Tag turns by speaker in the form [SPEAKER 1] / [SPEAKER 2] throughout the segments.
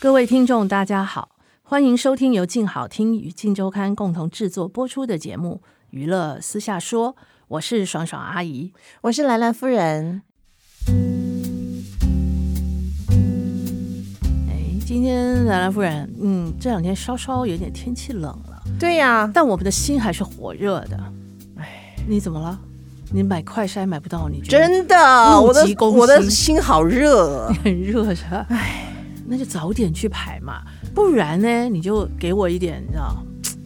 [SPEAKER 1] 各位听众，大家好，欢迎收听由静好听与静周刊共同制作播出的节目《娱乐私下说》，我是爽爽阿姨。
[SPEAKER 2] 我是兰兰夫人，
[SPEAKER 1] 哎，今天兰兰夫人，嗯，这两天稍稍有点天气冷了，
[SPEAKER 2] 对呀、
[SPEAKER 1] 但我们的心还是火热的。哎，你怎么了？你买快筛买不到，你觉得
[SPEAKER 2] 真的，我的
[SPEAKER 1] 怒极攻心
[SPEAKER 2] 我的心好热。
[SPEAKER 1] 很热是吧？唉，那就早点去排嘛，不然呢，你就给我一点，你知道，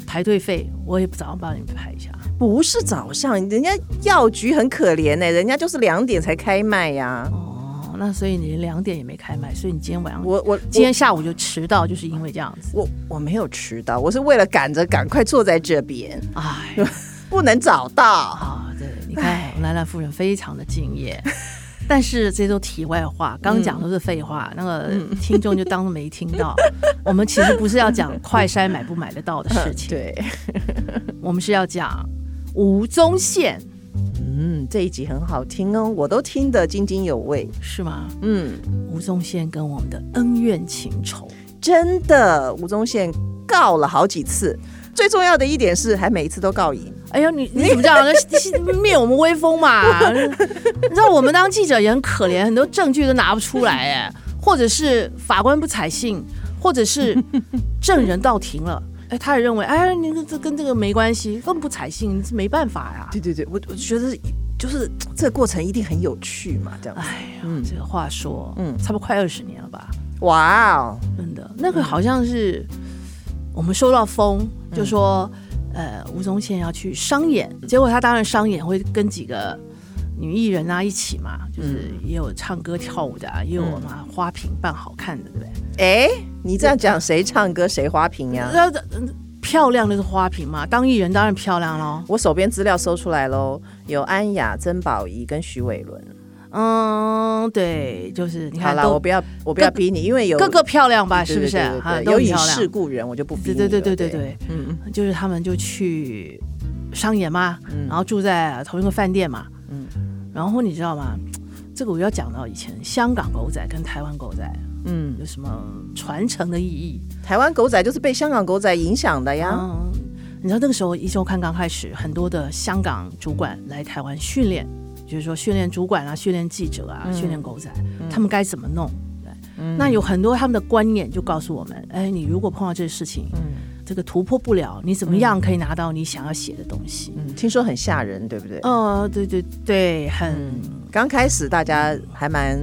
[SPEAKER 1] 排队费，我也早上帮你们排一下。
[SPEAKER 2] 不是早上，人家药局很可怜呢、人家就是两点才开卖呀、
[SPEAKER 1] 哦，那所以你两点也没开卖，所以你今天晚上，
[SPEAKER 2] 我我
[SPEAKER 1] 今天下午就迟到，就是因为这样子。
[SPEAKER 2] 我我没有迟到，我是为了赶着赶快坐在这边，
[SPEAKER 1] 唉，
[SPEAKER 2] 不能早到。
[SPEAKER 1] 啊，对，你看兰兰夫人非常的敬业。但是这都题外话，刚讲都是废话，那个听众就当没听到。 我们其实不是要讲快筛买不买得到的事情，
[SPEAKER 2] 对，
[SPEAKER 1] 我们是要讲吴宗宪，
[SPEAKER 2] 嗯，这一集很好听哦，我都听得津津有味。
[SPEAKER 1] 是吗？
[SPEAKER 2] 嗯，
[SPEAKER 1] 吴宗宪跟我们的恩怨情仇，
[SPEAKER 2] 真的，吴宗宪告了好几次，最重要的一点是还每一次都告赢。
[SPEAKER 1] 哎呦，你你怎么这样？ 那灭我们威风嘛！ 你知道我们当记者也很可怜，很多证据都拿不出来哎，或者是法官不采信，或者是证人到庭了， 哎，他也认为哎，你这跟这个没关系，根本不采信，你是没办法呀。
[SPEAKER 2] 对对对，我我觉得就是这个过程一定很有趣嘛，这样子。
[SPEAKER 1] 哎呀，这个话说，嗯，
[SPEAKER 2] 嗯
[SPEAKER 1] 差不多快二十年了吧？
[SPEAKER 2] 哇哦，
[SPEAKER 1] 真的，那个好像是我们收到风，
[SPEAKER 2] 嗯
[SPEAKER 1] 就说、呃吴宗宪要去商演，结果他当然商演会跟几个女艺人啊一起嘛，
[SPEAKER 2] 嗯
[SPEAKER 1] 就是也有唱歌跳舞的、啊，也有嘛花瓶扮好看的，对不对？
[SPEAKER 2] 哎，你这样讲谁唱歌谁花瓶呀、
[SPEAKER 1] 那、嗯漂亮的是花瓶嘛，当艺人当然漂亮喽。
[SPEAKER 2] 我手边资料搜出来喽，有安雅、曾宝仪跟徐伟伦。
[SPEAKER 1] 嗯，对，就是你
[SPEAKER 2] 好
[SPEAKER 1] 看
[SPEAKER 2] 啦，我
[SPEAKER 1] 都
[SPEAKER 2] 不要，我不要
[SPEAKER 1] 各
[SPEAKER 2] 逼你，因为有
[SPEAKER 1] 各个漂亮吧，
[SPEAKER 2] 对
[SPEAKER 1] 是不是？
[SPEAKER 2] 对对对
[SPEAKER 1] 啊，
[SPEAKER 2] 对
[SPEAKER 1] 都
[SPEAKER 2] 有
[SPEAKER 1] 很
[SPEAKER 2] 以
[SPEAKER 1] 漂
[SPEAKER 2] 世
[SPEAKER 1] 亮。
[SPEAKER 2] 故人，我就不
[SPEAKER 1] 对
[SPEAKER 2] 逼你
[SPEAKER 1] 对对
[SPEAKER 2] 了
[SPEAKER 1] 对对对，
[SPEAKER 2] 嗯
[SPEAKER 1] 就是他们就去商演嘛，
[SPEAKER 2] 嗯
[SPEAKER 1] 然后住在同一个饭店嘛，
[SPEAKER 2] 嗯
[SPEAKER 1] 然后你知道吗？这个我要讲到以前香港狗仔跟台湾狗仔
[SPEAKER 2] 嗯，
[SPEAKER 1] 有什么传承的意义？
[SPEAKER 2] 台湾狗仔就是被香港狗仔影响的呀。
[SPEAKER 1] 嗯，你知道那个时候一周刊刚开始，很多的香港主管来台湾训练，就是说训练主管啊，训练记者
[SPEAKER 2] 嗯
[SPEAKER 1] 啊，训练狗仔，他们该怎么弄。对那有很多他们的观念就告诉我们，哎，你如果碰到这事情，
[SPEAKER 2] 嗯
[SPEAKER 1] 这个突破不了，你怎么样可以拿到你想要写的东西？
[SPEAKER 2] 嗯，听说很吓人，对不对？
[SPEAKER 1] 哦，对对对，
[SPEAKER 2] 嗯
[SPEAKER 1] 很
[SPEAKER 2] 刚开始大家还蛮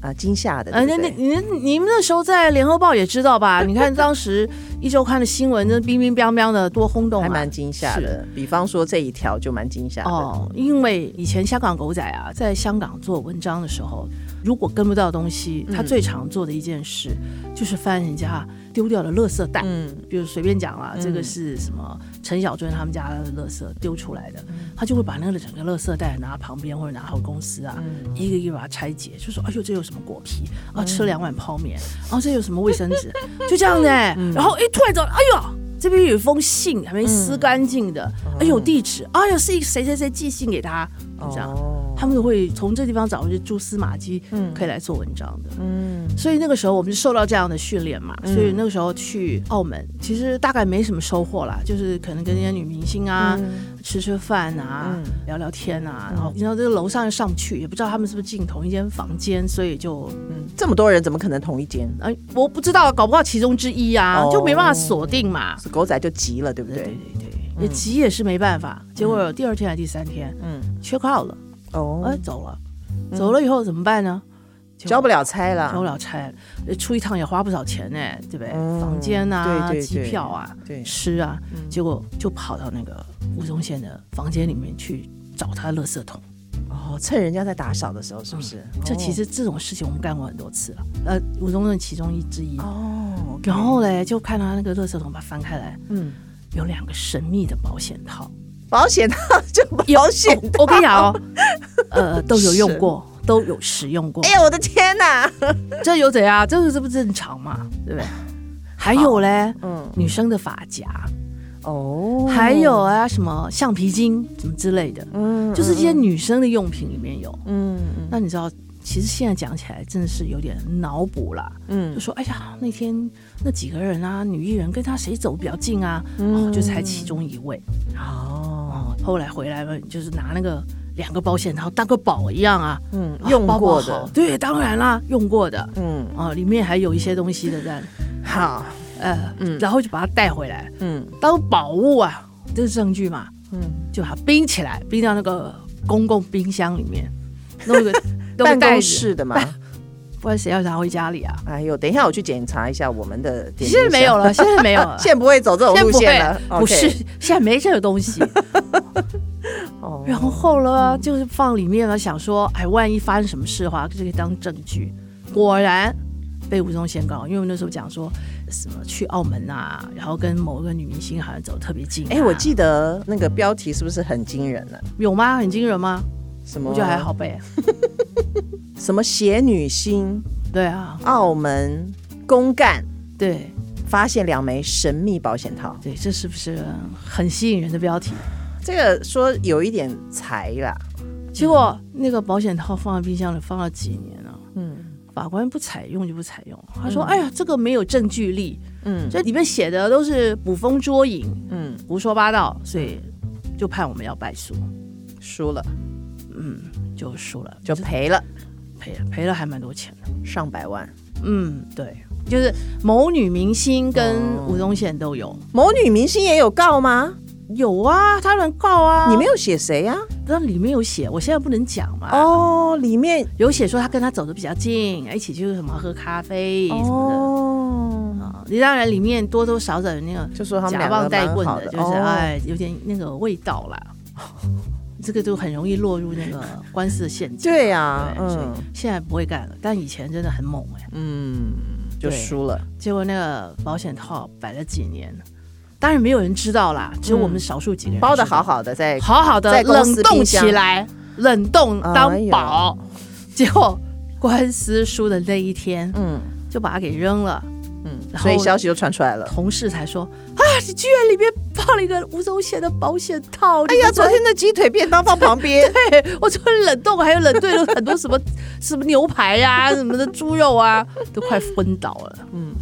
[SPEAKER 2] 啊惊吓的，
[SPEAKER 1] 呃，
[SPEAKER 2] 对
[SPEAKER 1] 那
[SPEAKER 2] 不
[SPEAKER 1] 那
[SPEAKER 2] 对？
[SPEAKER 1] 你你们那时候在《联合报》也知道吧？你 看当时一周刊的新闻，那冰冰冰冰的，多轰动、啊，
[SPEAKER 2] 还蛮惊吓的。比方说这一条就蛮惊吓的。
[SPEAKER 1] 哦。因为以前香港狗仔啊，在香港做文章的时候，如果跟不到东西，
[SPEAKER 2] 嗯
[SPEAKER 1] 他最常做的一件事、就是翻人家丢掉的垃圾袋。
[SPEAKER 2] 嗯，
[SPEAKER 1] 比如随便讲啦，
[SPEAKER 2] 嗯
[SPEAKER 1] 这个是什么陈小春他们家的垃圾丢出来的，
[SPEAKER 2] 嗯
[SPEAKER 1] 他就会把那个整个垃圾袋拿旁边或者拿回公司啊，一个一个把它拆解，就说哎呦这有什么果皮啊，吃两碗泡面，然后这有什么卫生纸， 就这样的欸、然后哎突然找到，哎呦。这边有一封信还没撕干净的，哎有地址，哎呦是一个谁谁谁寄信给他，就这样，
[SPEAKER 2] 哦，
[SPEAKER 1] 他们都会从这地方找一些蛛丝马迹，可以来做文章的。
[SPEAKER 2] 嗯
[SPEAKER 1] 所以那个时候我们就受到这样的训练嘛，所以那个时候去澳门，其实大概没什么收获啦，就是可能跟人家女明星啊、
[SPEAKER 2] 嗯
[SPEAKER 1] 吃吃饭啊、聊聊天啊，然后你知道这个楼上又上不去，也不知道他们是不是进同一间房间，所以就
[SPEAKER 2] 嗯，这么多人怎么可能同一间？
[SPEAKER 1] 哎、我不知道，搞不好其中之一啊，
[SPEAKER 2] 哦
[SPEAKER 1] 就没办法锁定嘛。
[SPEAKER 2] 是狗仔就急了，对不
[SPEAKER 1] 对对
[SPEAKER 2] 对？
[SPEAKER 1] 对对，也急也是没办法，结果第二天还是第三天，
[SPEAKER 2] 嗯，
[SPEAKER 1] 缺靠了，哎
[SPEAKER 2] 哦，
[SPEAKER 1] 走了，走了以后怎么办呢？结果
[SPEAKER 2] 交不了差
[SPEAKER 1] 交不
[SPEAKER 2] 啦。
[SPEAKER 1] 了差，呃出一趟也花不少钱呢、对不对？
[SPEAKER 2] 嗯
[SPEAKER 1] 房间啊，
[SPEAKER 2] 对对对
[SPEAKER 1] 机票啊，
[SPEAKER 2] 对嗯
[SPEAKER 1] 吃啊，结果就跑到那个吴宗宪的房间里面去找他的垃圾桶。
[SPEAKER 2] 哦，趁人家在打扫的时候，是不是？
[SPEAKER 1] 嗯这其实这种事情我们干过很多次了，呃，我中的其中一之一。
[SPEAKER 2] 哦，
[SPEAKER 1] 然后嘞，就看到他那个垃圾桶，把它翻开来，
[SPEAKER 2] 嗯，
[SPEAKER 1] 有两个神秘的保险套。
[SPEAKER 2] 保险套就保险
[SPEAKER 1] 哦我跟你讲哦，呃，都有用
[SPEAKER 2] 是
[SPEAKER 1] 过，都有使用过
[SPEAKER 2] 哎。呀，我的天哪！
[SPEAKER 1] 这有怎样？这是这不正常嘛？对不对？还有嘞，
[SPEAKER 2] 嗯，
[SPEAKER 1] 女生的发夹，
[SPEAKER 2] 哦
[SPEAKER 1] 还有，啊什么橡皮筋什么之类的，
[SPEAKER 2] 嗯
[SPEAKER 1] 就是这些女生的用品里面有。
[SPEAKER 2] 嗯嗯
[SPEAKER 1] 那你知道，其实现在讲起来真的是有点脑补啦。就
[SPEAKER 2] 嗯，
[SPEAKER 1] 说哎呀，那天那几个人啊，女艺人跟她谁走比较近啊？
[SPEAKER 2] 嗯
[SPEAKER 1] 哦，就才其中一位。
[SPEAKER 2] 哦，
[SPEAKER 1] 哦，后来回来嘛，就是拿那个两个保险套当个宝一样啊，
[SPEAKER 2] 嗯
[SPEAKER 1] 啊，
[SPEAKER 2] 用
[SPEAKER 1] 包包
[SPEAKER 2] 过
[SPEAKER 1] 好
[SPEAKER 2] 的，
[SPEAKER 1] 对，当然啦，用过的。
[SPEAKER 2] 嗯，
[SPEAKER 1] 哦，里面还有一些东西的这样，
[SPEAKER 2] 好，
[SPEAKER 1] 呃，
[SPEAKER 2] 嗯
[SPEAKER 1] 然后就把它带回来
[SPEAKER 2] 嗯
[SPEAKER 1] 当宝物啊，这是证据嘛，
[SPEAKER 2] 嗯，
[SPEAKER 1] 就把它冰起来，冰到那个公共冰箱里 面，弄个弄个
[SPEAKER 2] 办
[SPEAKER 1] 袋
[SPEAKER 2] 公
[SPEAKER 1] 子，
[SPEAKER 2] 室的 嘛。
[SPEAKER 1] 不然谁要拿回家里啊？
[SPEAKER 2] 哎呦，等一下我去检查一下我们的电冰箱。
[SPEAKER 1] 现在没有，了，现在没有了
[SPEAKER 2] 现在不会走这种
[SPEAKER 1] 现在
[SPEAKER 2] 路
[SPEAKER 1] 不
[SPEAKER 2] 线了，
[SPEAKER 1] 会，不是，现在没这个东 西。
[SPEAKER 2] 哦，
[SPEAKER 1] 然后呢，就是放里面了，想说，哎，万一发生什么事的话，就可以当证据。果然被吴宗宪告，因为我那时候讲说什么去澳门啊，然后跟某一个女明星好像走得特别近、啊。
[SPEAKER 2] 哎，我记得那个标题是不是很惊人呢？
[SPEAKER 1] 有吗？很惊人吗？
[SPEAKER 2] 什么？
[SPEAKER 1] 我觉得还好。呗。
[SPEAKER 2] 什么邪女星，
[SPEAKER 1] 对啊，
[SPEAKER 2] 澳门公干
[SPEAKER 1] 对
[SPEAKER 2] 发现两枚神秘保险套，
[SPEAKER 1] 对，这是不是很吸引人的标题？
[SPEAKER 2] 这个说有一点财啦。
[SPEAKER 1] 结果那个保险套放在冰箱里放了几年了，
[SPEAKER 2] 嗯
[SPEAKER 1] 法官不采用就不采用。他说：“哎呀，这个没有证据力，
[SPEAKER 2] 嗯
[SPEAKER 1] 这里面写的都是捕风捉影、
[SPEAKER 2] 嗯，
[SPEAKER 1] 胡说八道，所以就判我们要败诉，
[SPEAKER 2] 输了
[SPEAKER 1] 就输了，
[SPEAKER 2] 就赔了
[SPEAKER 1] 赔了，赔了还蛮多钱的。
[SPEAKER 2] 上百万。
[SPEAKER 1] 嗯，对，就是某女明星跟
[SPEAKER 2] 哦
[SPEAKER 1] 吴宗宪都有，
[SPEAKER 2] 某女明星也有告吗？
[SPEAKER 1] 有啊，他能告啊，
[SPEAKER 2] 你没有写谁呀？
[SPEAKER 1] 那里面有写，我现在不能讲嘛。
[SPEAKER 2] 哦，里面
[SPEAKER 1] 有写说他跟他走的比较近，一起去什么喝咖啡什么
[SPEAKER 2] 哦
[SPEAKER 1] 的。，啊，你当然里面多多少少有那个
[SPEAKER 2] 就说他们
[SPEAKER 1] 夹
[SPEAKER 2] 两个
[SPEAKER 1] 棒带
[SPEAKER 2] 蛮
[SPEAKER 1] 棍
[SPEAKER 2] 好
[SPEAKER 1] 的，
[SPEAKER 2] 的，
[SPEAKER 1] 就是、
[SPEAKER 2] 哦
[SPEAKER 1] 哎，有点那个味道啦。 这个就很容易落入那个官司的陷阱。
[SPEAKER 2] 对呀，
[SPEAKER 1] 对所以
[SPEAKER 2] 嗯
[SPEAKER 1] 现在不会干了，但以前真的很猛哎、
[SPEAKER 2] 嗯，就
[SPEAKER 1] 对
[SPEAKER 2] 输了。
[SPEAKER 1] 结果那个保险套摆了几年，当然没有人知道啦，只有我们少数几个人、
[SPEAKER 2] 嗯包的好，好的，在
[SPEAKER 1] 好好的
[SPEAKER 2] 在公
[SPEAKER 1] 冷
[SPEAKER 2] 司
[SPEAKER 1] 冻
[SPEAKER 2] 冰
[SPEAKER 1] 起
[SPEAKER 2] 箱
[SPEAKER 1] 来，冷冻当
[SPEAKER 2] 哎呦
[SPEAKER 1] 宝。结果官司输的那一天，
[SPEAKER 2] 嗯
[SPEAKER 1] 就把它给扔了。
[SPEAKER 2] 嗯，
[SPEAKER 1] 然
[SPEAKER 2] 所以
[SPEAKER 1] 后
[SPEAKER 2] 消息就传出来了。
[SPEAKER 1] 同事才说啊，你居然里面放了一个吴宗宪的保险套！
[SPEAKER 2] 哎
[SPEAKER 1] 你
[SPEAKER 2] 呀，
[SPEAKER 1] 不知道
[SPEAKER 2] 昨天的鸡腿便当放旁边，
[SPEAKER 1] 对 我昨天冷冻还有冷对了很多什么 什么牛排呀、什么的猪肉啊，都快昏倒了。
[SPEAKER 2] 嗯，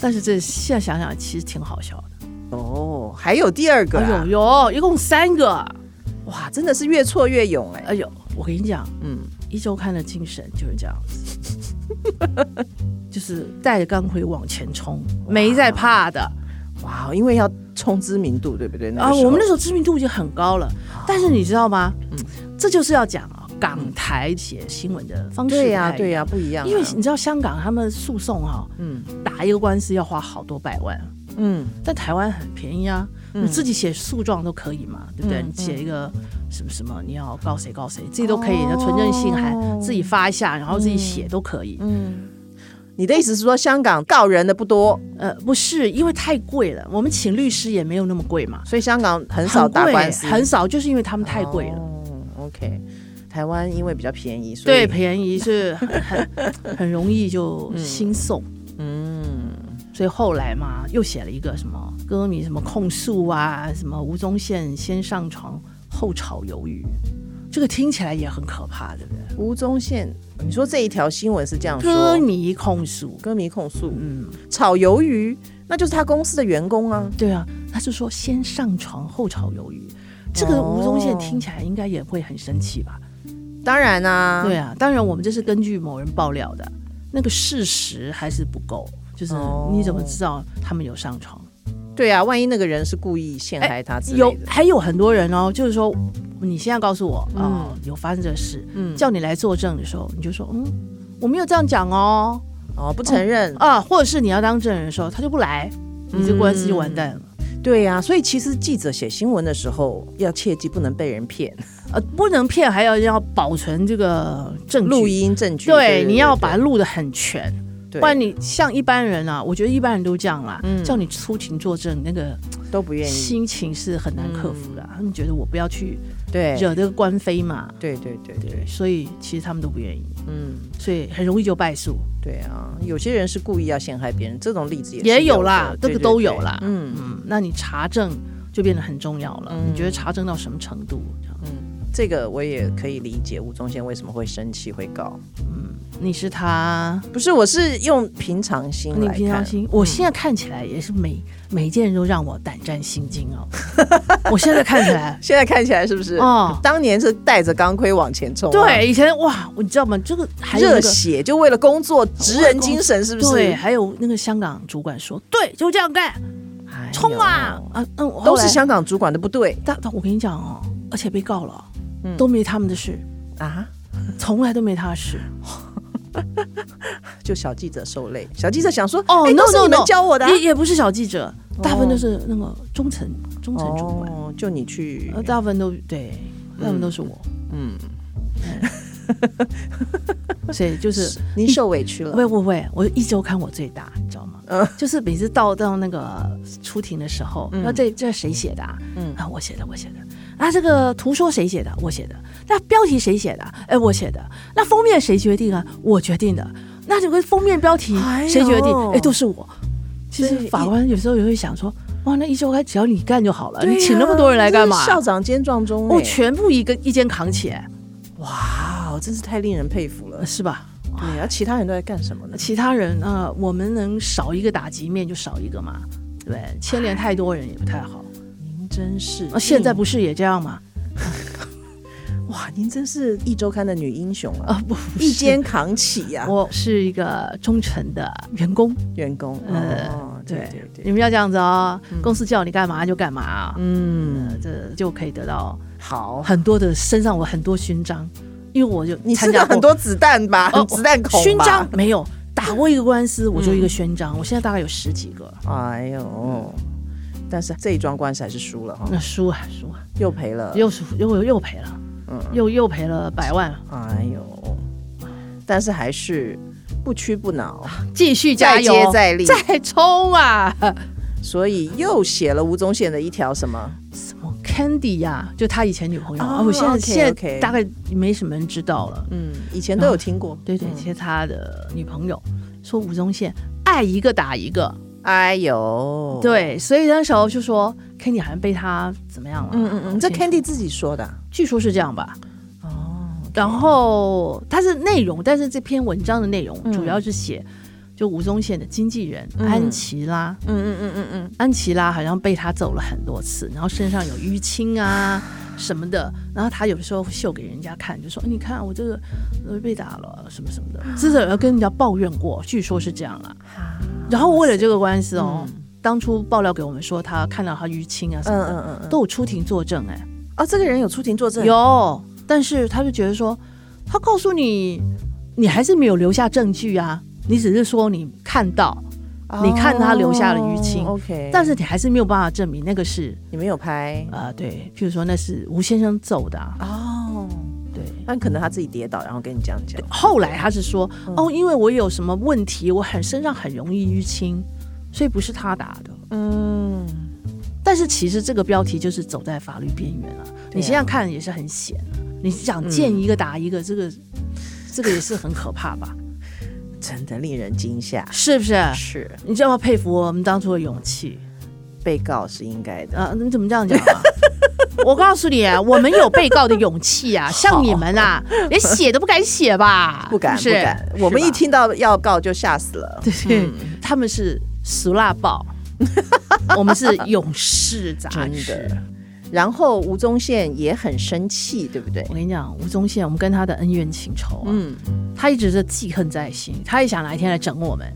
[SPEAKER 1] 但是这现在想想其实挺好笑的。
[SPEAKER 2] 哦，还有第二个、
[SPEAKER 1] 哎
[SPEAKER 2] 啊，
[SPEAKER 1] 呦呦，一共三个。
[SPEAKER 2] 哇，真的是越挫越勇哎、
[SPEAKER 1] 哎呦，我跟你讲，
[SPEAKER 2] 嗯，
[SPEAKER 1] 一周刊的精神就是这样子， 就是带着钢盔往前冲，没在怕的。
[SPEAKER 2] 哇，因为要冲知名度，对不对？那
[SPEAKER 1] 啊，
[SPEAKER 2] 个时候
[SPEAKER 1] 我们那时候知名度已经很高了，
[SPEAKER 2] 啊
[SPEAKER 1] 但是你知道吗？
[SPEAKER 2] 嗯
[SPEAKER 1] 这就是要讲啊，港台写新闻的方式
[SPEAKER 2] 对呀、
[SPEAKER 1] 不太一
[SPEAKER 2] 对呀、
[SPEAKER 1] 样
[SPEAKER 2] 不一样啊、
[SPEAKER 1] 因为你知道香港他们诉讼哈、
[SPEAKER 2] 嗯
[SPEAKER 1] 打一个官司要花好多百万，
[SPEAKER 2] 嗯
[SPEAKER 1] 但台湾很便宜啊，
[SPEAKER 2] 嗯
[SPEAKER 1] 你自己写诉状都可以嘛，对不对？
[SPEAKER 2] 嗯
[SPEAKER 1] 你写一个什么什么，你要告谁告谁，自己都可以，那存证信函
[SPEAKER 2] 哦
[SPEAKER 1] 自己发一下，然后自己写都可以。
[SPEAKER 2] 嗯，你的意思是说香港告人的不多，
[SPEAKER 1] 呃，不是因为太贵了，我们请律师也没有那么贵嘛，
[SPEAKER 2] 所以香港很少打
[SPEAKER 1] 贵
[SPEAKER 2] 官司，
[SPEAKER 1] 很少，就是因为他们太贵了。
[SPEAKER 2] 哦 OK，台湾因为比较便宜，所以
[SPEAKER 1] 对，便宜是很很 很容易就心送，
[SPEAKER 2] 嗯
[SPEAKER 1] 所以后来嘛，又写了一个什么歌迷什么控诉啊，什么吴宗宪先上床后炒鱿鱼，这个听起来也很可怕，对不对？
[SPEAKER 2] 吴宗宪，你说这一条新闻是这样说
[SPEAKER 1] 歌，迷控诉，
[SPEAKER 2] 歌迷控诉
[SPEAKER 1] 嗯，
[SPEAKER 2] 炒鱿鱼，那就是他公司的员工啊。
[SPEAKER 1] 对啊，他就说先上床后炒鱿鱼，这个吴宗宪听起来应该也会很生气吧？
[SPEAKER 2] 当然啊，
[SPEAKER 1] 对啊，当然我们这是根据某人爆料的，那个事实还是不够，就是
[SPEAKER 2] 哦
[SPEAKER 1] 你怎么知道他们有上床？
[SPEAKER 2] 对啊，万一那个人是故意陷害他之
[SPEAKER 1] 哎有
[SPEAKER 2] 类的，
[SPEAKER 1] 还有很多人哦，就是说你现在告诉我啊、有发生这事，
[SPEAKER 2] 嗯
[SPEAKER 1] 叫你来作证的时候，你就说嗯，我没有这样讲哦
[SPEAKER 2] 哦，不承认，
[SPEAKER 1] 啊，或者是你要当证人的时候，他就不来，你这官司就完蛋了。
[SPEAKER 2] 对啊，所以其实记者写新闻的时候要切记不能被人骗，
[SPEAKER 1] 呃，不能骗，还要要保存这个证据。
[SPEAKER 2] 录音证据，
[SPEAKER 1] 对，你要把它录得很全，
[SPEAKER 2] 对
[SPEAKER 1] 不然你像一般人啊，我觉得一般人都这样啦，
[SPEAKER 2] 嗯
[SPEAKER 1] 叫你出庭作证，那个
[SPEAKER 2] 都不愿意，
[SPEAKER 1] 心情是很难克服的啊、他们觉得我不要去
[SPEAKER 2] 嗯对，
[SPEAKER 1] 惹这个官非嘛，
[SPEAKER 2] 对对对
[SPEAKER 1] 对，
[SPEAKER 2] 对，
[SPEAKER 1] 所以其实他们都不愿意，
[SPEAKER 2] 嗯，
[SPEAKER 1] 所以很容易就败诉，
[SPEAKER 2] 对啊，有些人是故意要陷害别人，这种例子也是
[SPEAKER 1] 也有
[SPEAKER 2] 的
[SPEAKER 1] 啦，这
[SPEAKER 2] 对
[SPEAKER 1] 个
[SPEAKER 2] 对
[SPEAKER 1] 都
[SPEAKER 2] 对
[SPEAKER 1] 有啦，
[SPEAKER 2] 嗯。
[SPEAKER 1] 嗯，那你查证就变得很重要了，你觉得查证到什么程度？这样
[SPEAKER 2] 嗯这个我也可以理解吴宗宪为什么会生气会告，
[SPEAKER 1] 你是他，
[SPEAKER 2] 不是，我是用平常心来
[SPEAKER 1] 你
[SPEAKER 2] 看，
[SPEAKER 1] 平常心，我现在看起来也是每每一件人都让我胆战心惊 哦，我现在看起来。
[SPEAKER 2] 现在看起来是不是？
[SPEAKER 1] 哦
[SPEAKER 2] 当年是带着钢盔往前冲、啊，
[SPEAKER 1] 对，，以前哇，你知道吗？这个还有、那
[SPEAKER 2] 热
[SPEAKER 1] 个、
[SPEAKER 2] 血就为了工作，职人精神是不是？
[SPEAKER 1] 对，还有那个香港主管说，对，就这样干，
[SPEAKER 2] 哎呦
[SPEAKER 1] 冲啊！啊，嗯，我后
[SPEAKER 2] 都
[SPEAKER 1] 来
[SPEAKER 2] 是，香港主管的不对
[SPEAKER 1] 但但我跟你讲哦，而且被告了，
[SPEAKER 2] 嗯
[SPEAKER 1] 都没他们的事，
[SPEAKER 2] 啊，
[SPEAKER 1] 从来都没他的事。
[SPEAKER 2] 就小记者受累。小记者想说，
[SPEAKER 1] 哦
[SPEAKER 2] 哎
[SPEAKER 1] ，no
[SPEAKER 2] 都是
[SPEAKER 1] no
[SPEAKER 2] 你们
[SPEAKER 1] no，
[SPEAKER 2] 教我的啊、
[SPEAKER 1] 也也不是小记者，大部分都是那个中层中层主管，
[SPEAKER 2] 哦，就你去
[SPEAKER 1] 呃，大部分都对，大部分都是我，
[SPEAKER 2] 嗯，
[SPEAKER 1] 所以就是
[SPEAKER 2] 您受委屈了
[SPEAKER 1] 喂。喂喂，我一周看我最大，你知道吗？
[SPEAKER 2] 嗯
[SPEAKER 1] 就是每次到到那个出庭的时候，那、这这谁写的、啊？嗯啊，我写的，我写的。啊，这个图说谁写的？我写的。那标题谁写的？哎，我写的。那封面谁决定啊？我决定的。那这个封面标题
[SPEAKER 2] 哎呦
[SPEAKER 1] 谁决定？哎，都是我。其实
[SPEAKER 2] 对
[SPEAKER 1] 法官有时候也会想说，哇，那一周刊只要你干就好了，
[SPEAKER 2] 对
[SPEAKER 1] 你
[SPEAKER 2] 呀
[SPEAKER 1] 请那么多人来干嘛
[SPEAKER 2] 这是？校长兼撞钟、
[SPEAKER 1] 我
[SPEAKER 2] 哎
[SPEAKER 1] 全部一个一肩扛起来，呃
[SPEAKER 2] 哇，哦真是太令人佩服了。
[SPEAKER 1] 是吧？
[SPEAKER 2] 对啊，其他人都在干什么呢？
[SPEAKER 1] 其他人啊、呃我们能少一个打击面就少一个嘛，对不对，牵连太多人也不太好。
[SPEAKER 2] 您真是
[SPEAKER 1] 啊，现在不是也这样吗？
[SPEAKER 2] 哇，您真是一周刊的女英雄啊，
[SPEAKER 1] 啊，不，不是
[SPEAKER 2] 一肩扛起呀、
[SPEAKER 1] 我是一个忠诚的员工，
[SPEAKER 2] 员工。
[SPEAKER 1] 呃
[SPEAKER 2] 哦，对对对，
[SPEAKER 1] 你们要这样子哦，公司叫你干嘛就干嘛啊，
[SPEAKER 2] 嗯，
[SPEAKER 1] 呃这就可以得到
[SPEAKER 2] 好，
[SPEAKER 1] 很多的身上我很多勋章，因为我就
[SPEAKER 2] 你
[SPEAKER 1] 参
[SPEAKER 2] 吃
[SPEAKER 1] 加
[SPEAKER 2] 了
[SPEAKER 1] 过
[SPEAKER 2] 很多子弹吧？
[SPEAKER 1] 哦
[SPEAKER 2] 子弹嗯孔吧
[SPEAKER 1] 勋章，没有。打过一个官司，我就一个勋章。我现在大概有十几个，
[SPEAKER 2] 哎呦！但是这一桩官司还是输了哈
[SPEAKER 1] 那，输啊输啊，
[SPEAKER 2] 又赔了。
[SPEAKER 1] 又输又又赔了，
[SPEAKER 2] 嗯
[SPEAKER 1] 又又赔了百万，
[SPEAKER 2] 哎呦！但是还是不屈不挠，
[SPEAKER 1] 继续啊加
[SPEAKER 2] 再
[SPEAKER 1] 油，
[SPEAKER 2] 接再厉，
[SPEAKER 1] 再冲啊！
[SPEAKER 2] 所以又写了吴宗宪的一条什么？
[SPEAKER 1] 什么哦 Candy 呀、就他以前女朋友，
[SPEAKER 2] 哦
[SPEAKER 1] 啊我现在
[SPEAKER 2] OK，
[SPEAKER 1] 现在
[SPEAKER 2] OK
[SPEAKER 1] 大概没什么人知道了。
[SPEAKER 2] 嗯，以前都有听过。
[SPEAKER 1] 对对，其实他的女朋友说吴宗宪爱一个打一个，
[SPEAKER 2] 哎呦，，
[SPEAKER 1] 对，所以那时候就说 Candy 好像被他怎么样了，
[SPEAKER 2] 嗯嗯嗯，这
[SPEAKER 1] 我记得
[SPEAKER 2] Candy 自己说的啊。
[SPEAKER 1] 据说是这样吧。哦，然后它是内容，但是这篇文章的内容主要是写。就吴宗宪的经纪人安琪拉，
[SPEAKER 2] 嗯嗯嗯嗯嗯，
[SPEAKER 1] 安琪拉好像被他揍了很多次，然后身上有淤青啊什么的，然后他有时候秀给人家看，就说哎你看我这个呃被打了什么什么的，至少要跟人家抱怨过，据说是这样啦。然后为了这个官司哦，当初爆料给我们说他看到他淤青啊什么的，
[SPEAKER 2] 嗯嗯嗯嗯
[SPEAKER 1] 都有出庭作证哎、
[SPEAKER 2] 哦，这个人有出庭作证，
[SPEAKER 1] 有，但是他就觉得说，他告诉你，你还是没有留下证据啊，你只是说你看到，
[SPEAKER 2] 哦
[SPEAKER 1] 你看他留下了淤青
[SPEAKER 2] OK，
[SPEAKER 1] 但是你还是没有办法证明那个是
[SPEAKER 2] 你没有拍
[SPEAKER 1] 啊，对，譬如说那是吴先生揍的、啊，
[SPEAKER 2] 哦，
[SPEAKER 1] 对。
[SPEAKER 2] 那可能他自己跌倒，然后跟你这样讲。
[SPEAKER 1] 后来他是说，
[SPEAKER 2] 嗯
[SPEAKER 1] 哦，因为我有什么问题，我很身上很容易淤青，所以不是他打的。
[SPEAKER 2] 嗯，
[SPEAKER 1] 但是其实这个标题就是走在法律边缘了、
[SPEAKER 2] 啊
[SPEAKER 1] 你现在看也是很险、啊，你想见一个打一个，这个这个也是很可怕吧？
[SPEAKER 2] 真的令人惊吓。
[SPEAKER 1] 是不是？
[SPEAKER 2] 是
[SPEAKER 1] 你知道吗？佩服我们当初的勇气
[SPEAKER 2] 被告是应该的，
[SPEAKER 1] 啊！你怎么这样讲啊？ 我告诉你，啊我们有被告的勇气啊，像你们啊，连写都不敢写吧？
[SPEAKER 2] 不敢
[SPEAKER 1] 是
[SPEAKER 2] 不
[SPEAKER 1] 是
[SPEAKER 2] 敢。我们
[SPEAKER 1] 是吧
[SPEAKER 2] 一听到要告就吓死了。
[SPEAKER 1] 对， 他们是俗辣报，我们是勇士杂
[SPEAKER 2] 真
[SPEAKER 1] 志。
[SPEAKER 2] 的。然后吴宗宪也很生气，对不对
[SPEAKER 1] 我？跟你讲，吴宗宪，我们跟他的恩怨情仇啊，
[SPEAKER 2] 嗯，
[SPEAKER 1] 他一直是记恨在心，他也想哪一天来整我们。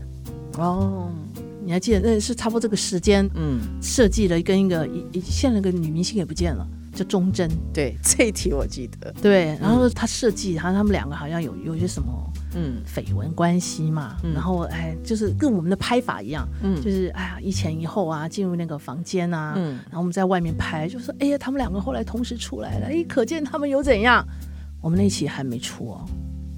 [SPEAKER 2] 哦，
[SPEAKER 1] 你还记得那是差不多这个时间
[SPEAKER 2] 嗯，
[SPEAKER 1] 设计了跟一个一一现在那个女明星也不见了，叫忠贞。
[SPEAKER 2] 对 这一题我记得，
[SPEAKER 1] 对，然后他设计，他他们两个好像有有一些什么
[SPEAKER 2] 嗯
[SPEAKER 1] 绯闻关系嘛，然后哎，就是跟我们的拍法一样，
[SPEAKER 2] 嗯
[SPEAKER 1] 就是哎呀一前一后啊，进入那个房间啊，
[SPEAKER 2] 嗯
[SPEAKER 1] 然后我们在外面拍，就说哎呀，他们两个后来同时出来了，哎，可见他们有怎样？我们那期还没出哦，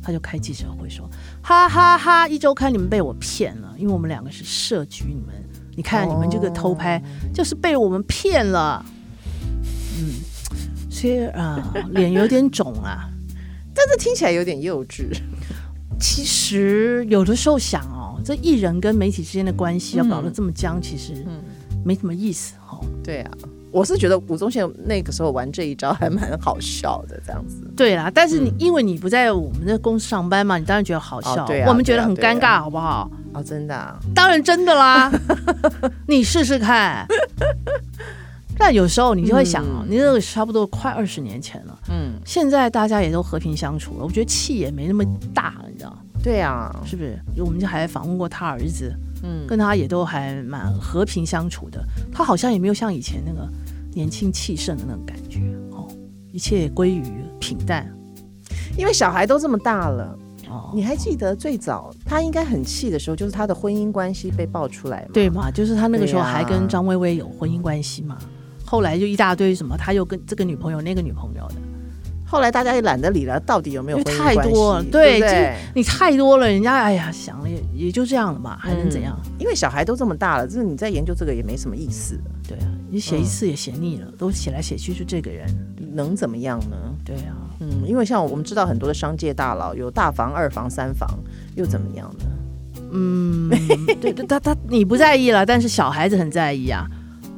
[SPEAKER 1] 他就开记者会说，哈哈哈一周刊你们被我骗了，因为我们两个是设局，你们你看你们这个偷拍、就是被我们骗了，嗯，所以啊、脸有点肿啊。
[SPEAKER 2] 但是听起来有点幼稚，
[SPEAKER 1] 其实有的时候想哦，这艺人跟媒体之间的关
[SPEAKER 2] 嗯
[SPEAKER 1] 系要搞得这么僵，其实没什么意思哦。
[SPEAKER 2] 对啊。我是觉得吴宗宪那个时候玩这一招还蛮好笑的，这样子。
[SPEAKER 1] 对啦，但是
[SPEAKER 2] 嗯
[SPEAKER 1] 你、因为你不在我们的公司上班嘛，你当然觉得好笑，
[SPEAKER 2] 哦对啊
[SPEAKER 1] 我们觉得很尴
[SPEAKER 2] 对啊
[SPEAKER 1] 尬，好不好？
[SPEAKER 2] 哦，真的啊，
[SPEAKER 1] 当然真的 啦，你试试看。但有时候你就会想哦，你那个差不多快二十年前了，
[SPEAKER 2] 嗯，
[SPEAKER 1] 现在大家也都和平相处了，我觉得气也没那么大了，你知道吗
[SPEAKER 2] 对啊，
[SPEAKER 1] 是不是？我们就还访问过他儿子，
[SPEAKER 2] 嗯，
[SPEAKER 1] 跟他也都还蛮和平相处的。他好像也没有像以前那个年轻气盛的那种感觉哦，一切归于平淡
[SPEAKER 2] 因为小孩都这么大了，
[SPEAKER 1] 哦。
[SPEAKER 2] 你还记得最早他应该很气的时候，就是他的婚姻关系被爆出来嘛？
[SPEAKER 1] 对嘛？就是他那个时候
[SPEAKER 2] 对呀
[SPEAKER 1] 还跟张薇薇有婚姻关系嘛，后来就一大堆什么，他又跟这个女朋友、那个女朋友的，
[SPEAKER 2] 后来大家也懒得理了，到底有没
[SPEAKER 1] 因
[SPEAKER 2] 有
[SPEAKER 1] 为
[SPEAKER 2] 婚姻
[SPEAKER 1] 太
[SPEAKER 2] 关系？
[SPEAKER 1] 多了，
[SPEAKER 2] 对不
[SPEAKER 1] 这
[SPEAKER 2] 对，
[SPEAKER 1] 你太多了，人家哎呀想了也也就这样了嘛，还能
[SPEAKER 2] 嗯
[SPEAKER 1] 怎样？
[SPEAKER 2] 因为小孩都这么大了，就是你在研究这个也没什么意思，
[SPEAKER 1] 对啊，你
[SPEAKER 2] 嗯
[SPEAKER 1] 写一次也写腻了，都写来写去就这个人，
[SPEAKER 2] 能怎么样呢？
[SPEAKER 1] 对 啊，
[SPEAKER 2] 嗯，因为像我们知道很多的商界大佬有大房、二房、三房，又怎么样呢？
[SPEAKER 1] 嗯，对，对他他你不在意了，但是小孩子很在意啊。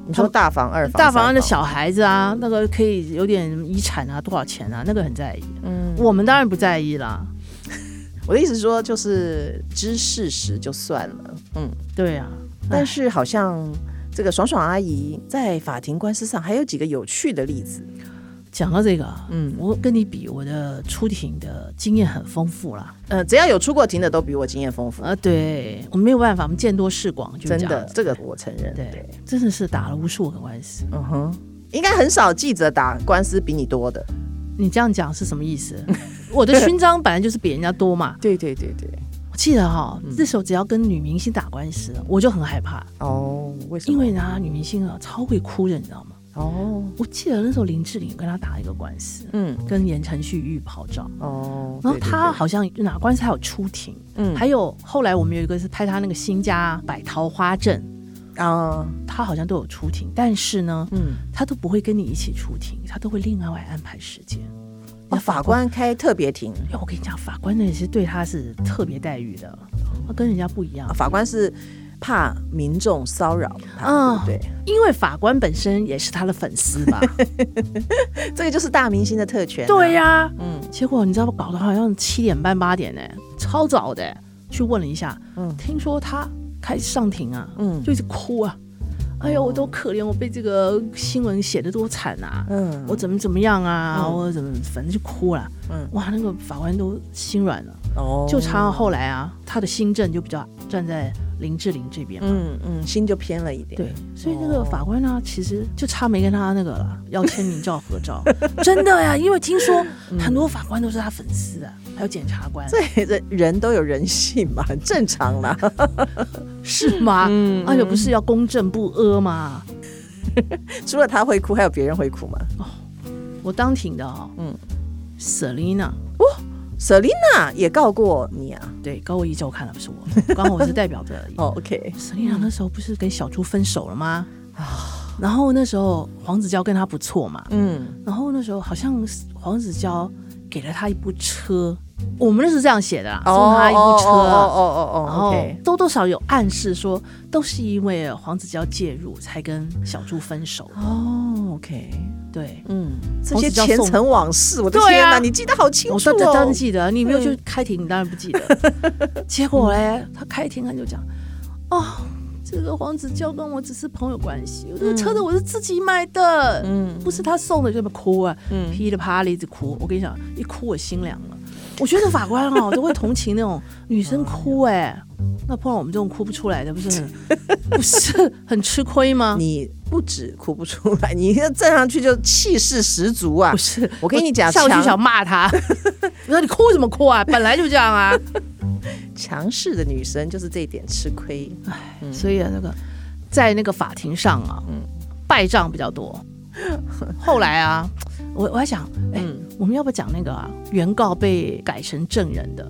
[SPEAKER 2] 你说大房、二房、
[SPEAKER 1] 大房的
[SPEAKER 2] 三
[SPEAKER 1] 小孩子啊，那个可以有点遗产啊，多少钱啊，那个很在意。
[SPEAKER 2] 嗯，
[SPEAKER 1] 我们当然不在意啦。
[SPEAKER 2] 我的意思是说就是知事实就算了，嗯，
[SPEAKER 1] 对啊，
[SPEAKER 2] 但是好像这个爽爽阿姨在法庭官司上还有几个有趣的例子，
[SPEAKER 1] 讲到这个，
[SPEAKER 2] 嗯
[SPEAKER 1] 我跟你比，我的出庭的经验很丰富啦。
[SPEAKER 2] 呃，只要有出过庭的都比我经验丰富，
[SPEAKER 1] 啊，对，我没有办法，我们见多识广，就是
[SPEAKER 2] 真
[SPEAKER 1] 这
[SPEAKER 2] 的
[SPEAKER 1] 样，子
[SPEAKER 2] 这个我承认，
[SPEAKER 1] 对，真的是打了无数个官 司。
[SPEAKER 2] 嗯哼，应该很少记者打官司比你多的。
[SPEAKER 1] 你这样讲是什么意思？ 我的勋章本来就是比人家多嘛。
[SPEAKER 2] 对对对对。
[SPEAKER 1] 我记得哈、那时候只要跟女明星打官司，我就很害怕，
[SPEAKER 2] 哦，为嗯什
[SPEAKER 1] 因
[SPEAKER 2] 么？
[SPEAKER 1] 为呢，女明星啊超会哭的，你知道吗？
[SPEAKER 2] 哦，
[SPEAKER 1] 我记得那时候林志玲跟她打一个官司，
[SPEAKER 2] 嗯，
[SPEAKER 1] 跟言承旭欲跑照。
[SPEAKER 2] 哦，
[SPEAKER 1] 然后
[SPEAKER 2] 对对
[SPEAKER 1] 他
[SPEAKER 2] 对
[SPEAKER 1] 好像哪官司还有出庭，
[SPEAKER 2] 嗯
[SPEAKER 1] 还有后来我们有一个是拍他那个新家摆桃花阵，嗯
[SPEAKER 2] 啊，
[SPEAKER 1] 他好像都有出庭，但是呢，
[SPEAKER 2] 嗯，
[SPEAKER 1] 他都不会跟你一起出庭，他都会另外安排时间。
[SPEAKER 2] 哦，法官开特别庭，
[SPEAKER 1] 哎，我跟你讲，法官那也是对他是特别待遇
[SPEAKER 2] 哦
[SPEAKER 1] 的，他跟人家不一样
[SPEAKER 2] 啊。法官是怕民众骚扰他，
[SPEAKER 1] 嗯
[SPEAKER 2] 啊对不对？
[SPEAKER 1] 因为法官本身也是他的粉丝 吧？
[SPEAKER 2] 这个就是大明星的特权啊。
[SPEAKER 1] 对呀、
[SPEAKER 2] 嗯
[SPEAKER 1] 结果你知道吗？搞得好像七点半八点呢、超早的、去问了一下，
[SPEAKER 2] 嗯
[SPEAKER 1] 听说他开始上庭啊，
[SPEAKER 2] 嗯
[SPEAKER 1] 就一直哭啊，哎呀，我多可怜，我被这个新闻写的多惨啊，
[SPEAKER 2] 嗯，
[SPEAKER 1] 我怎么怎么样啊，我怎么反正就哭了，
[SPEAKER 2] 嗯
[SPEAKER 1] 哇，那个法官都心软了，
[SPEAKER 2] 哦
[SPEAKER 1] 就差后来啊，他的新政就比较站在林志玲这边嘛。
[SPEAKER 2] 嗯哦嗯，心就偏了一点。
[SPEAKER 1] 对，所以那个法官呢、啊其实就差没跟他那个 了，要签名照、合照。真的呀，因为听说
[SPEAKER 2] 嗯
[SPEAKER 1] 很多法官都是他粉丝啊，还有检察官，
[SPEAKER 2] 对，人人都有人性嘛，很正常啦。
[SPEAKER 1] 是吗？
[SPEAKER 2] 嗯
[SPEAKER 1] 哎呦，不是要公正不阿吗？
[SPEAKER 2] 除了他会哭，还有别人会哭吗
[SPEAKER 1] 我当庭的哦，嗯
[SPEAKER 2] 嗯
[SPEAKER 1] ，Selina，
[SPEAKER 2] ？Selina 也告过你啊？
[SPEAKER 1] 对，高我一周刊了，不是我，刚好我是代表着
[SPEAKER 2] 哦，OK，
[SPEAKER 1] Selina 那时候不是跟小猪分手了吗？然后那时候黄子佼跟他不错嘛，
[SPEAKER 2] 嗯
[SPEAKER 1] 然后那时候好像是黄子佼给了他一部车，我们那是这样写的啦，送他一部车，啊
[SPEAKER 2] 哦哦哦
[SPEAKER 1] 然
[SPEAKER 2] 哦
[SPEAKER 1] 后
[SPEAKER 2] ，OK，
[SPEAKER 1] 多多少有暗示说都是因为黄子佼介入才跟小猪分手，
[SPEAKER 2] 哦，OK，
[SPEAKER 1] 对。
[SPEAKER 2] 嗯，这
[SPEAKER 1] 黄
[SPEAKER 2] 些
[SPEAKER 1] 子佼
[SPEAKER 2] 前
[SPEAKER 1] 哦送
[SPEAKER 2] 尘往事，我的
[SPEAKER 1] 对
[SPEAKER 2] 天
[SPEAKER 1] 啊
[SPEAKER 2] 哪，你记得好清
[SPEAKER 1] 我
[SPEAKER 2] 楚
[SPEAKER 1] 当当然
[SPEAKER 2] 哦。
[SPEAKER 1] 记得，你没有去开庭，你当然不记得。 结果嘞，他开庭他就讲，哦，这个黄子佼跟我只是朋友关系，我这个车子我是自己买的，
[SPEAKER 2] 嗯
[SPEAKER 1] 不是他送的，就么哭啊，
[SPEAKER 2] 嗯
[SPEAKER 1] 噼里啪啦一直哭。我跟你讲，一哭我心凉了。我觉得法官哦都会同情那种女生哭 哎、那碰到我们这种哭不出来的，不是很不是很吃亏吗？
[SPEAKER 2] 你不止哭不出来， 你站上去就气势十足啊
[SPEAKER 1] 不！是，
[SPEAKER 2] 我跟你讲
[SPEAKER 1] 上去
[SPEAKER 2] 强
[SPEAKER 1] 想骂他， 我说你哭什么哭啊？本来就这样啊。
[SPEAKER 2] 强势的女生就是这一点吃亏。
[SPEAKER 1] 所
[SPEAKER 2] 嗯
[SPEAKER 1] 以啊，那个在那个法庭上啊，败仗比较 多。后来啊，我我还想，哎、
[SPEAKER 2] 嗯
[SPEAKER 1] 我们要不要讲那个啊？原告被改成证人的，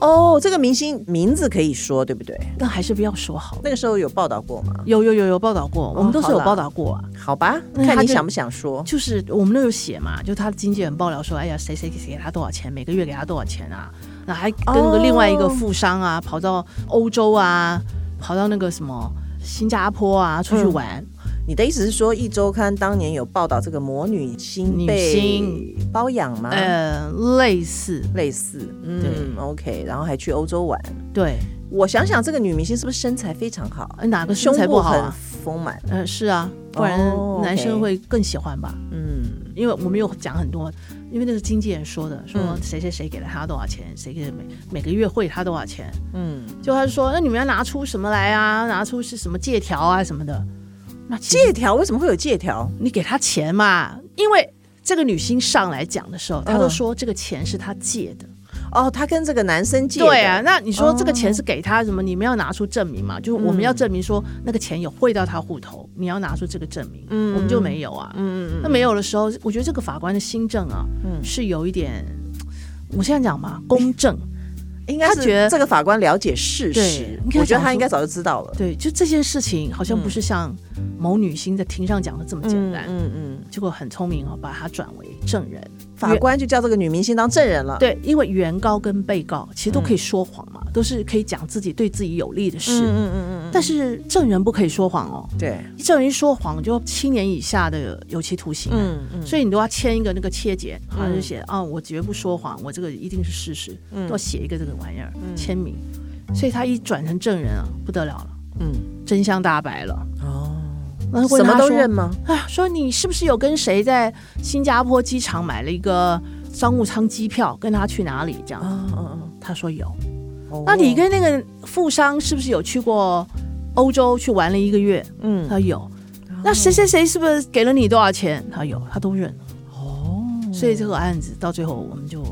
[SPEAKER 2] 哦，这个明星名字可以说对不对？
[SPEAKER 1] 那还是不要说好了。
[SPEAKER 2] 那个时候有报道过吗？
[SPEAKER 1] 有有有有报道过，我们都是有
[SPEAKER 2] 哦好啦
[SPEAKER 1] 报道过啊。
[SPEAKER 2] 好吧，
[SPEAKER 1] 那他
[SPEAKER 2] 看你
[SPEAKER 1] 就
[SPEAKER 2] 想不想说。
[SPEAKER 1] 就是我们都有写嘛，就他的经纪人爆料说，哎呀，谁谁谁给他多少钱，每个月给他多少钱啊，那还跟个
[SPEAKER 2] 哦
[SPEAKER 1] 另外一个富商啊，跑到欧洲啊，跑到那个什么新加坡啊出去
[SPEAKER 2] 嗯
[SPEAKER 1] 玩，
[SPEAKER 2] 你的意思是说，《一周刊》当年有报道这个魔女星
[SPEAKER 1] 女
[SPEAKER 2] 被
[SPEAKER 1] 星
[SPEAKER 2] 包养吗？
[SPEAKER 1] 呃，类似，
[SPEAKER 2] 类似，嗯，OK，然后还去欧洲玩。
[SPEAKER 1] 对，
[SPEAKER 2] 我想想，这个女明星是不是身材非常好？
[SPEAKER 1] 呃哪个身
[SPEAKER 2] 胸
[SPEAKER 1] 材
[SPEAKER 2] 部
[SPEAKER 1] 不好
[SPEAKER 2] 很
[SPEAKER 1] 啊？
[SPEAKER 2] 丰满，
[SPEAKER 1] 嗯、是啊，不然
[SPEAKER 2] 哦
[SPEAKER 1] 男生
[SPEAKER 2] OK
[SPEAKER 1] 会更喜欢吧。
[SPEAKER 2] 嗯，
[SPEAKER 1] 因为我们有讲很多，因为那个经纪人说的，说
[SPEAKER 2] 嗯
[SPEAKER 1] 谁谁谁给了他多少钱，谁给每每个月汇他多少钱，
[SPEAKER 2] 嗯，
[SPEAKER 1] 就他就说，那你们要拿出什么来啊？拿出是什么借条啊什么的？那其实
[SPEAKER 2] 借条为什么会有借条？
[SPEAKER 1] 你给他钱嘛，因为这个女星上来讲的时候，她都
[SPEAKER 2] 嗯
[SPEAKER 1] 说这个钱是她借的。
[SPEAKER 2] 哦，她跟这个男生借的，
[SPEAKER 1] 对啊，那你说这个钱是给她什么？你们要拿出证明
[SPEAKER 2] 嗯
[SPEAKER 1] 嘛？就是我们要证明说那个钱有汇到她户头，你要拿出这个证明。嗯，我们就没有啊。
[SPEAKER 2] 嗯，嗯
[SPEAKER 1] 那没有的时候，我觉得这个法官的新政啊，是有一点，我现在讲嘛，公正。
[SPEAKER 2] 嗯，应该
[SPEAKER 1] 他觉得
[SPEAKER 2] 是这个法官了解事实
[SPEAKER 1] 对你，看
[SPEAKER 2] 我觉得
[SPEAKER 1] 想
[SPEAKER 2] 他应
[SPEAKER 1] 说
[SPEAKER 2] 该早就知道了，
[SPEAKER 1] 对，就这件事情好像不是像某女星在庭上讲的这么简单。
[SPEAKER 2] 嗯嗯，
[SPEAKER 1] 结果很聪明哦，把他转为证人。
[SPEAKER 2] 法官就叫这个女明星当证人了，，
[SPEAKER 1] 对，因为原告跟被告其实都可以说谎嘛，都是可以讲自己对自己有利的事。
[SPEAKER 2] 嗯嗯嗯嗯
[SPEAKER 1] 但是证人不可以说谎哦，
[SPEAKER 2] 嗯，对，
[SPEAKER 1] 证人一说谎就七年以下的有期徒刑啊、
[SPEAKER 2] 嗯嗯，
[SPEAKER 1] 所以你都要签一个那个切结，好像就
[SPEAKER 2] 嗯
[SPEAKER 1] 写啊，我绝不说谎，我这个一定是事实，
[SPEAKER 2] 嗯
[SPEAKER 1] 都要写一个这个玩意儿签名。所以他一转成证人啊，不得了了，
[SPEAKER 2] 嗯，
[SPEAKER 1] 真相大白了。
[SPEAKER 2] 哦，
[SPEAKER 1] 那
[SPEAKER 2] 什
[SPEAKER 1] 问
[SPEAKER 2] 么
[SPEAKER 1] 他
[SPEAKER 2] 都
[SPEAKER 1] 说
[SPEAKER 2] 认吗？
[SPEAKER 1] 啊，说你是不是有跟谁在新加坡机场买了一个商务舱机票，跟他去哪里这样？
[SPEAKER 2] 嗯嗯
[SPEAKER 1] 他说有。
[SPEAKER 2] 嗯，
[SPEAKER 1] 那你跟那个富商是不是有去过欧洲去玩了一个月？
[SPEAKER 2] 嗯，
[SPEAKER 1] 他有。那谁谁谁是不是给了你多少钱？他有，他都认了。哦，所以这个案子到最后我们就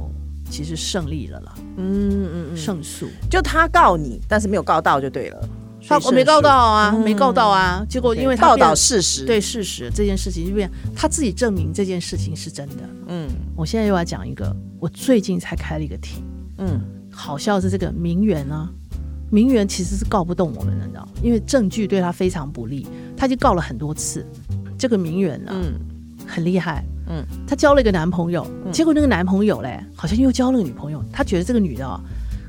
[SPEAKER 1] 其实胜利了啦，
[SPEAKER 2] 嗯嗯嗯，
[SPEAKER 1] 胜诉。
[SPEAKER 2] 就他告你，但是没有告到就对了，
[SPEAKER 1] 他
[SPEAKER 2] 所
[SPEAKER 1] 我
[SPEAKER 2] 以
[SPEAKER 1] 没告到
[SPEAKER 2] 胜
[SPEAKER 1] 啊，没告到啊。结果
[SPEAKER 2] 诉，
[SPEAKER 1] 因为他
[SPEAKER 2] 报
[SPEAKER 1] 变
[SPEAKER 2] 道事实，，
[SPEAKER 1] 对事实这件事情，就变他自己证明这件事情是真的。
[SPEAKER 2] 嗯
[SPEAKER 1] 我现在又要讲一个，我最近才开了一个庭，
[SPEAKER 2] 嗯，
[SPEAKER 1] 好笑的是这个名媛啊，名媛其实是告不动我们的，你知道吗？因为证据对她非常不利，她已经告了很多次。这个名媛呢、啊
[SPEAKER 2] 嗯
[SPEAKER 1] 很厉害，
[SPEAKER 2] 嗯，
[SPEAKER 1] 她交了一个男朋友，结果那个男朋友嘞，好像又交了个女朋友，她觉得这个女的啊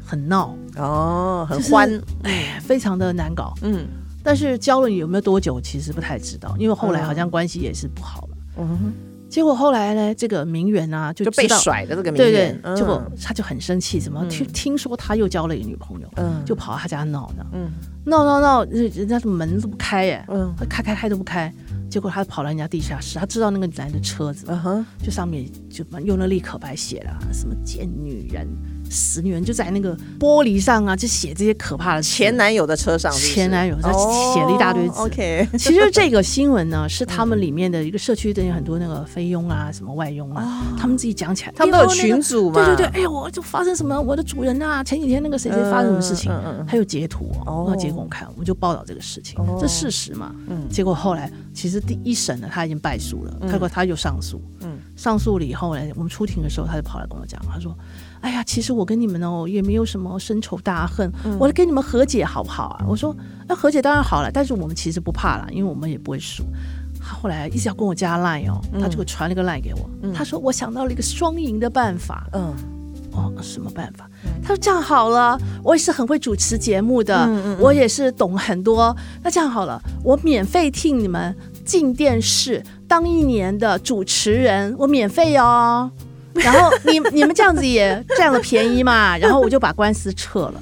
[SPEAKER 1] 很闹，
[SPEAKER 2] 哦，很
[SPEAKER 1] 就是
[SPEAKER 2] 欢，
[SPEAKER 1] 哎，非常的难搞。
[SPEAKER 2] 嗯
[SPEAKER 1] 但是交了有没有多久，其实不太知道，因为后来好像关系也是不好了。
[SPEAKER 2] 嗯，
[SPEAKER 1] 结果后来呢，这个名媛啊就
[SPEAKER 2] 就被
[SPEAKER 1] 知道
[SPEAKER 2] 甩的这个名
[SPEAKER 1] 对
[SPEAKER 2] 媛，嗯
[SPEAKER 1] 对，结果他就很生气，怎么听听说他又交了一个女朋友，
[SPEAKER 2] 嗯
[SPEAKER 1] 就跑到他家闹呢，
[SPEAKER 2] 嗯
[SPEAKER 1] 闹闹闹，人人家门都不开耶，
[SPEAKER 2] 嗯
[SPEAKER 1] 他开开开都不开，结果他跑到人家地下室，他知道那个男的车子，
[SPEAKER 2] 嗯哼，
[SPEAKER 1] 就上面就用那立可白写了什么贱女人、死女人，就在那个玻璃上啊，就写这些可怕的字
[SPEAKER 2] 前。男友的车上是不哦是，
[SPEAKER 1] 前男友他写了一大堆字
[SPEAKER 2] o k
[SPEAKER 1] 其实这个新闻呢，是他们里面的一个社区的很多那个菲佣啊、什么外佣啊，他们自己讲起来，
[SPEAKER 2] 哦他们都
[SPEAKER 1] 哎
[SPEAKER 2] 有
[SPEAKER 1] 呦那个
[SPEAKER 2] 群组嘛，
[SPEAKER 1] 对对对，哎呦，我就发生什么，我的主人啊，前几天那个谁谁发生什么事情，
[SPEAKER 2] 嗯嗯嗯
[SPEAKER 1] 他有截图哦
[SPEAKER 2] 哦，
[SPEAKER 1] 那截给我们看，我们就报道这个事情，
[SPEAKER 2] 哦
[SPEAKER 1] 这事实嘛。
[SPEAKER 2] 嗯
[SPEAKER 1] 结果后来其实第一审呢，他已经败诉了，结果他又上诉，
[SPEAKER 2] 嗯
[SPEAKER 1] 上诉了以后呢，我们出庭的时候，他就跑来跟我讲，他说。哎呀，其实我跟你们哦也没有什么深仇大恨，
[SPEAKER 2] 嗯
[SPEAKER 1] 我来跟你们和解好不好啊？我说那和解当然好了，但是我们其实不怕啦，因为我们也不会输。他后来一直要跟我加 line 哦，
[SPEAKER 2] 嗯
[SPEAKER 1] 他就传了个 line 给我，他说我想到了一个双赢的办法，
[SPEAKER 2] 嗯
[SPEAKER 1] 哦，什么办法？他说这样好了，我也是很会主持节目的，我也是懂很多。那这样好了，我免费替你们进电视当一年的主持人，我免费哦。然后你你们这样子也占了便宜嘛，然后我就把官司撤了。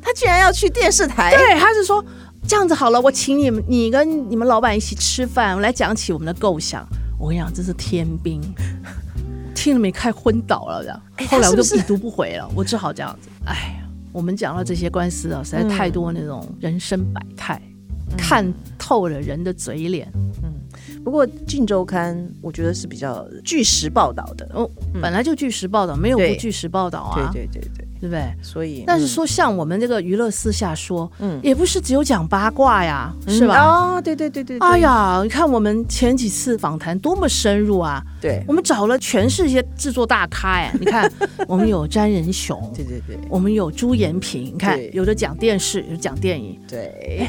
[SPEAKER 2] 他居然要去电视台，
[SPEAKER 1] 对，他是说这样子好了，我请你们，你跟你们老板一起吃饭，我来讲起我们的构想。我跟你讲，这是天 兵，听了没开昏倒了这样。后来我
[SPEAKER 2] 哎他是不
[SPEAKER 1] 就是已读不回了，我只好这样子。哎呀，我们讲到这些官司啊，实在太多那种人生百态。看透了人的嘴脸。
[SPEAKER 2] 不过《镜周刊》我觉得是比较据实报道的，
[SPEAKER 1] 哦，本来就据实报道，没有不
[SPEAKER 2] 嗯对
[SPEAKER 1] 据实报道啊，
[SPEAKER 2] 对对对对，
[SPEAKER 1] 对不对？
[SPEAKER 2] 所以
[SPEAKER 1] 但是说像我们这个娱乐私下说，
[SPEAKER 2] 嗯
[SPEAKER 1] 也不是只有讲八卦呀，是
[SPEAKER 2] 嗯
[SPEAKER 1] 吧？
[SPEAKER 2] 啊，对对对对，对
[SPEAKER 1] 哎，呀，你看我们前几次访谈多么深入啊！
[SPEAKER 2] 对
[SPEAKER 1] 我们找了全世界制作大咖 哎，你看我们有詹仁雄，
[SPEAKER 2] 对对对
[SPEAKER 1] 我们有朱延平，你看
[SPEAKER 2] 对
[SPEAKER 1] 有的讲电视，有的讲电影。
[SPEAKER 2] 对，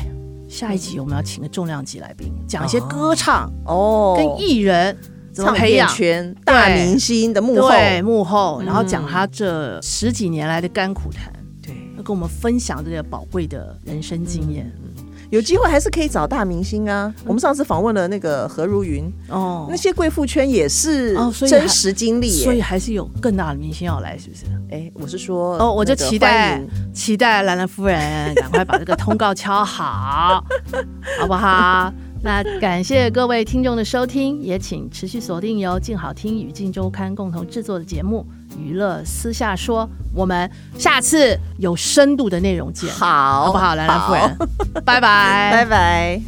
[SPEAKER 1] 下一集我们要请个重量级来宾，讲一些歌唱、
[SPEAKER 2] 哦，
[SPEAKER 1] 跟艺人怎么
[SPEAKER 2] 唱
[SPEAKER 1] 培
[SPEAKER 2] 片
[SPEAKER 1] 养。
[SPEAKER 2] 圈大
[SPEAKER 1] 对
[SPEAKER 2] 明星的幕后，
[SPEAKER 1] 对幕后，然后讲他这十几年来的甘苦谈，
[SPEAKER 2] 对
[SPEAKER 1] 要跟我们分享这些宝贵的人生经验。
[SPEAKER 2] 有机会还是可以找大明星啊。我们上次访问了那个何如云，
[SPEAKER 1] 嗯哦
[SPEAKER 2] 那，些贵妇圈也是
[SPEAKER 1] 哦所以还
[SPEAKER 2] 真实经历耶、
[SPEAKER 1] 所以还是有更大的明星要来，是不是？
[SPEAKER 2] 哎，我是说，
[SPEAKER 1] 哦，我就
[SPEAKER 2] 那个
[SPEAKER 1] 期待
[SPEAKER 2] 欢迎
[SPEAKER 1] 期待兰兰夫 人赶快把这个通告敲好，好不 好？那感谢各位听众的收听，也请持续锁定由静好听与静周刊共同制作的节目《娱乐私下说》，我们下次有深度的内容见，
[SPEAKER 2] 好，
[SPEAKER 1] 好不好？兰兰夫人
[SPEAKER 2] 好，，
[SPEAKER 1] 拜拜，
[SPEAKER 2] 拜拜。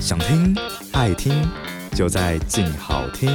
[SPEAKER 3] 想听爱听，就在静好听。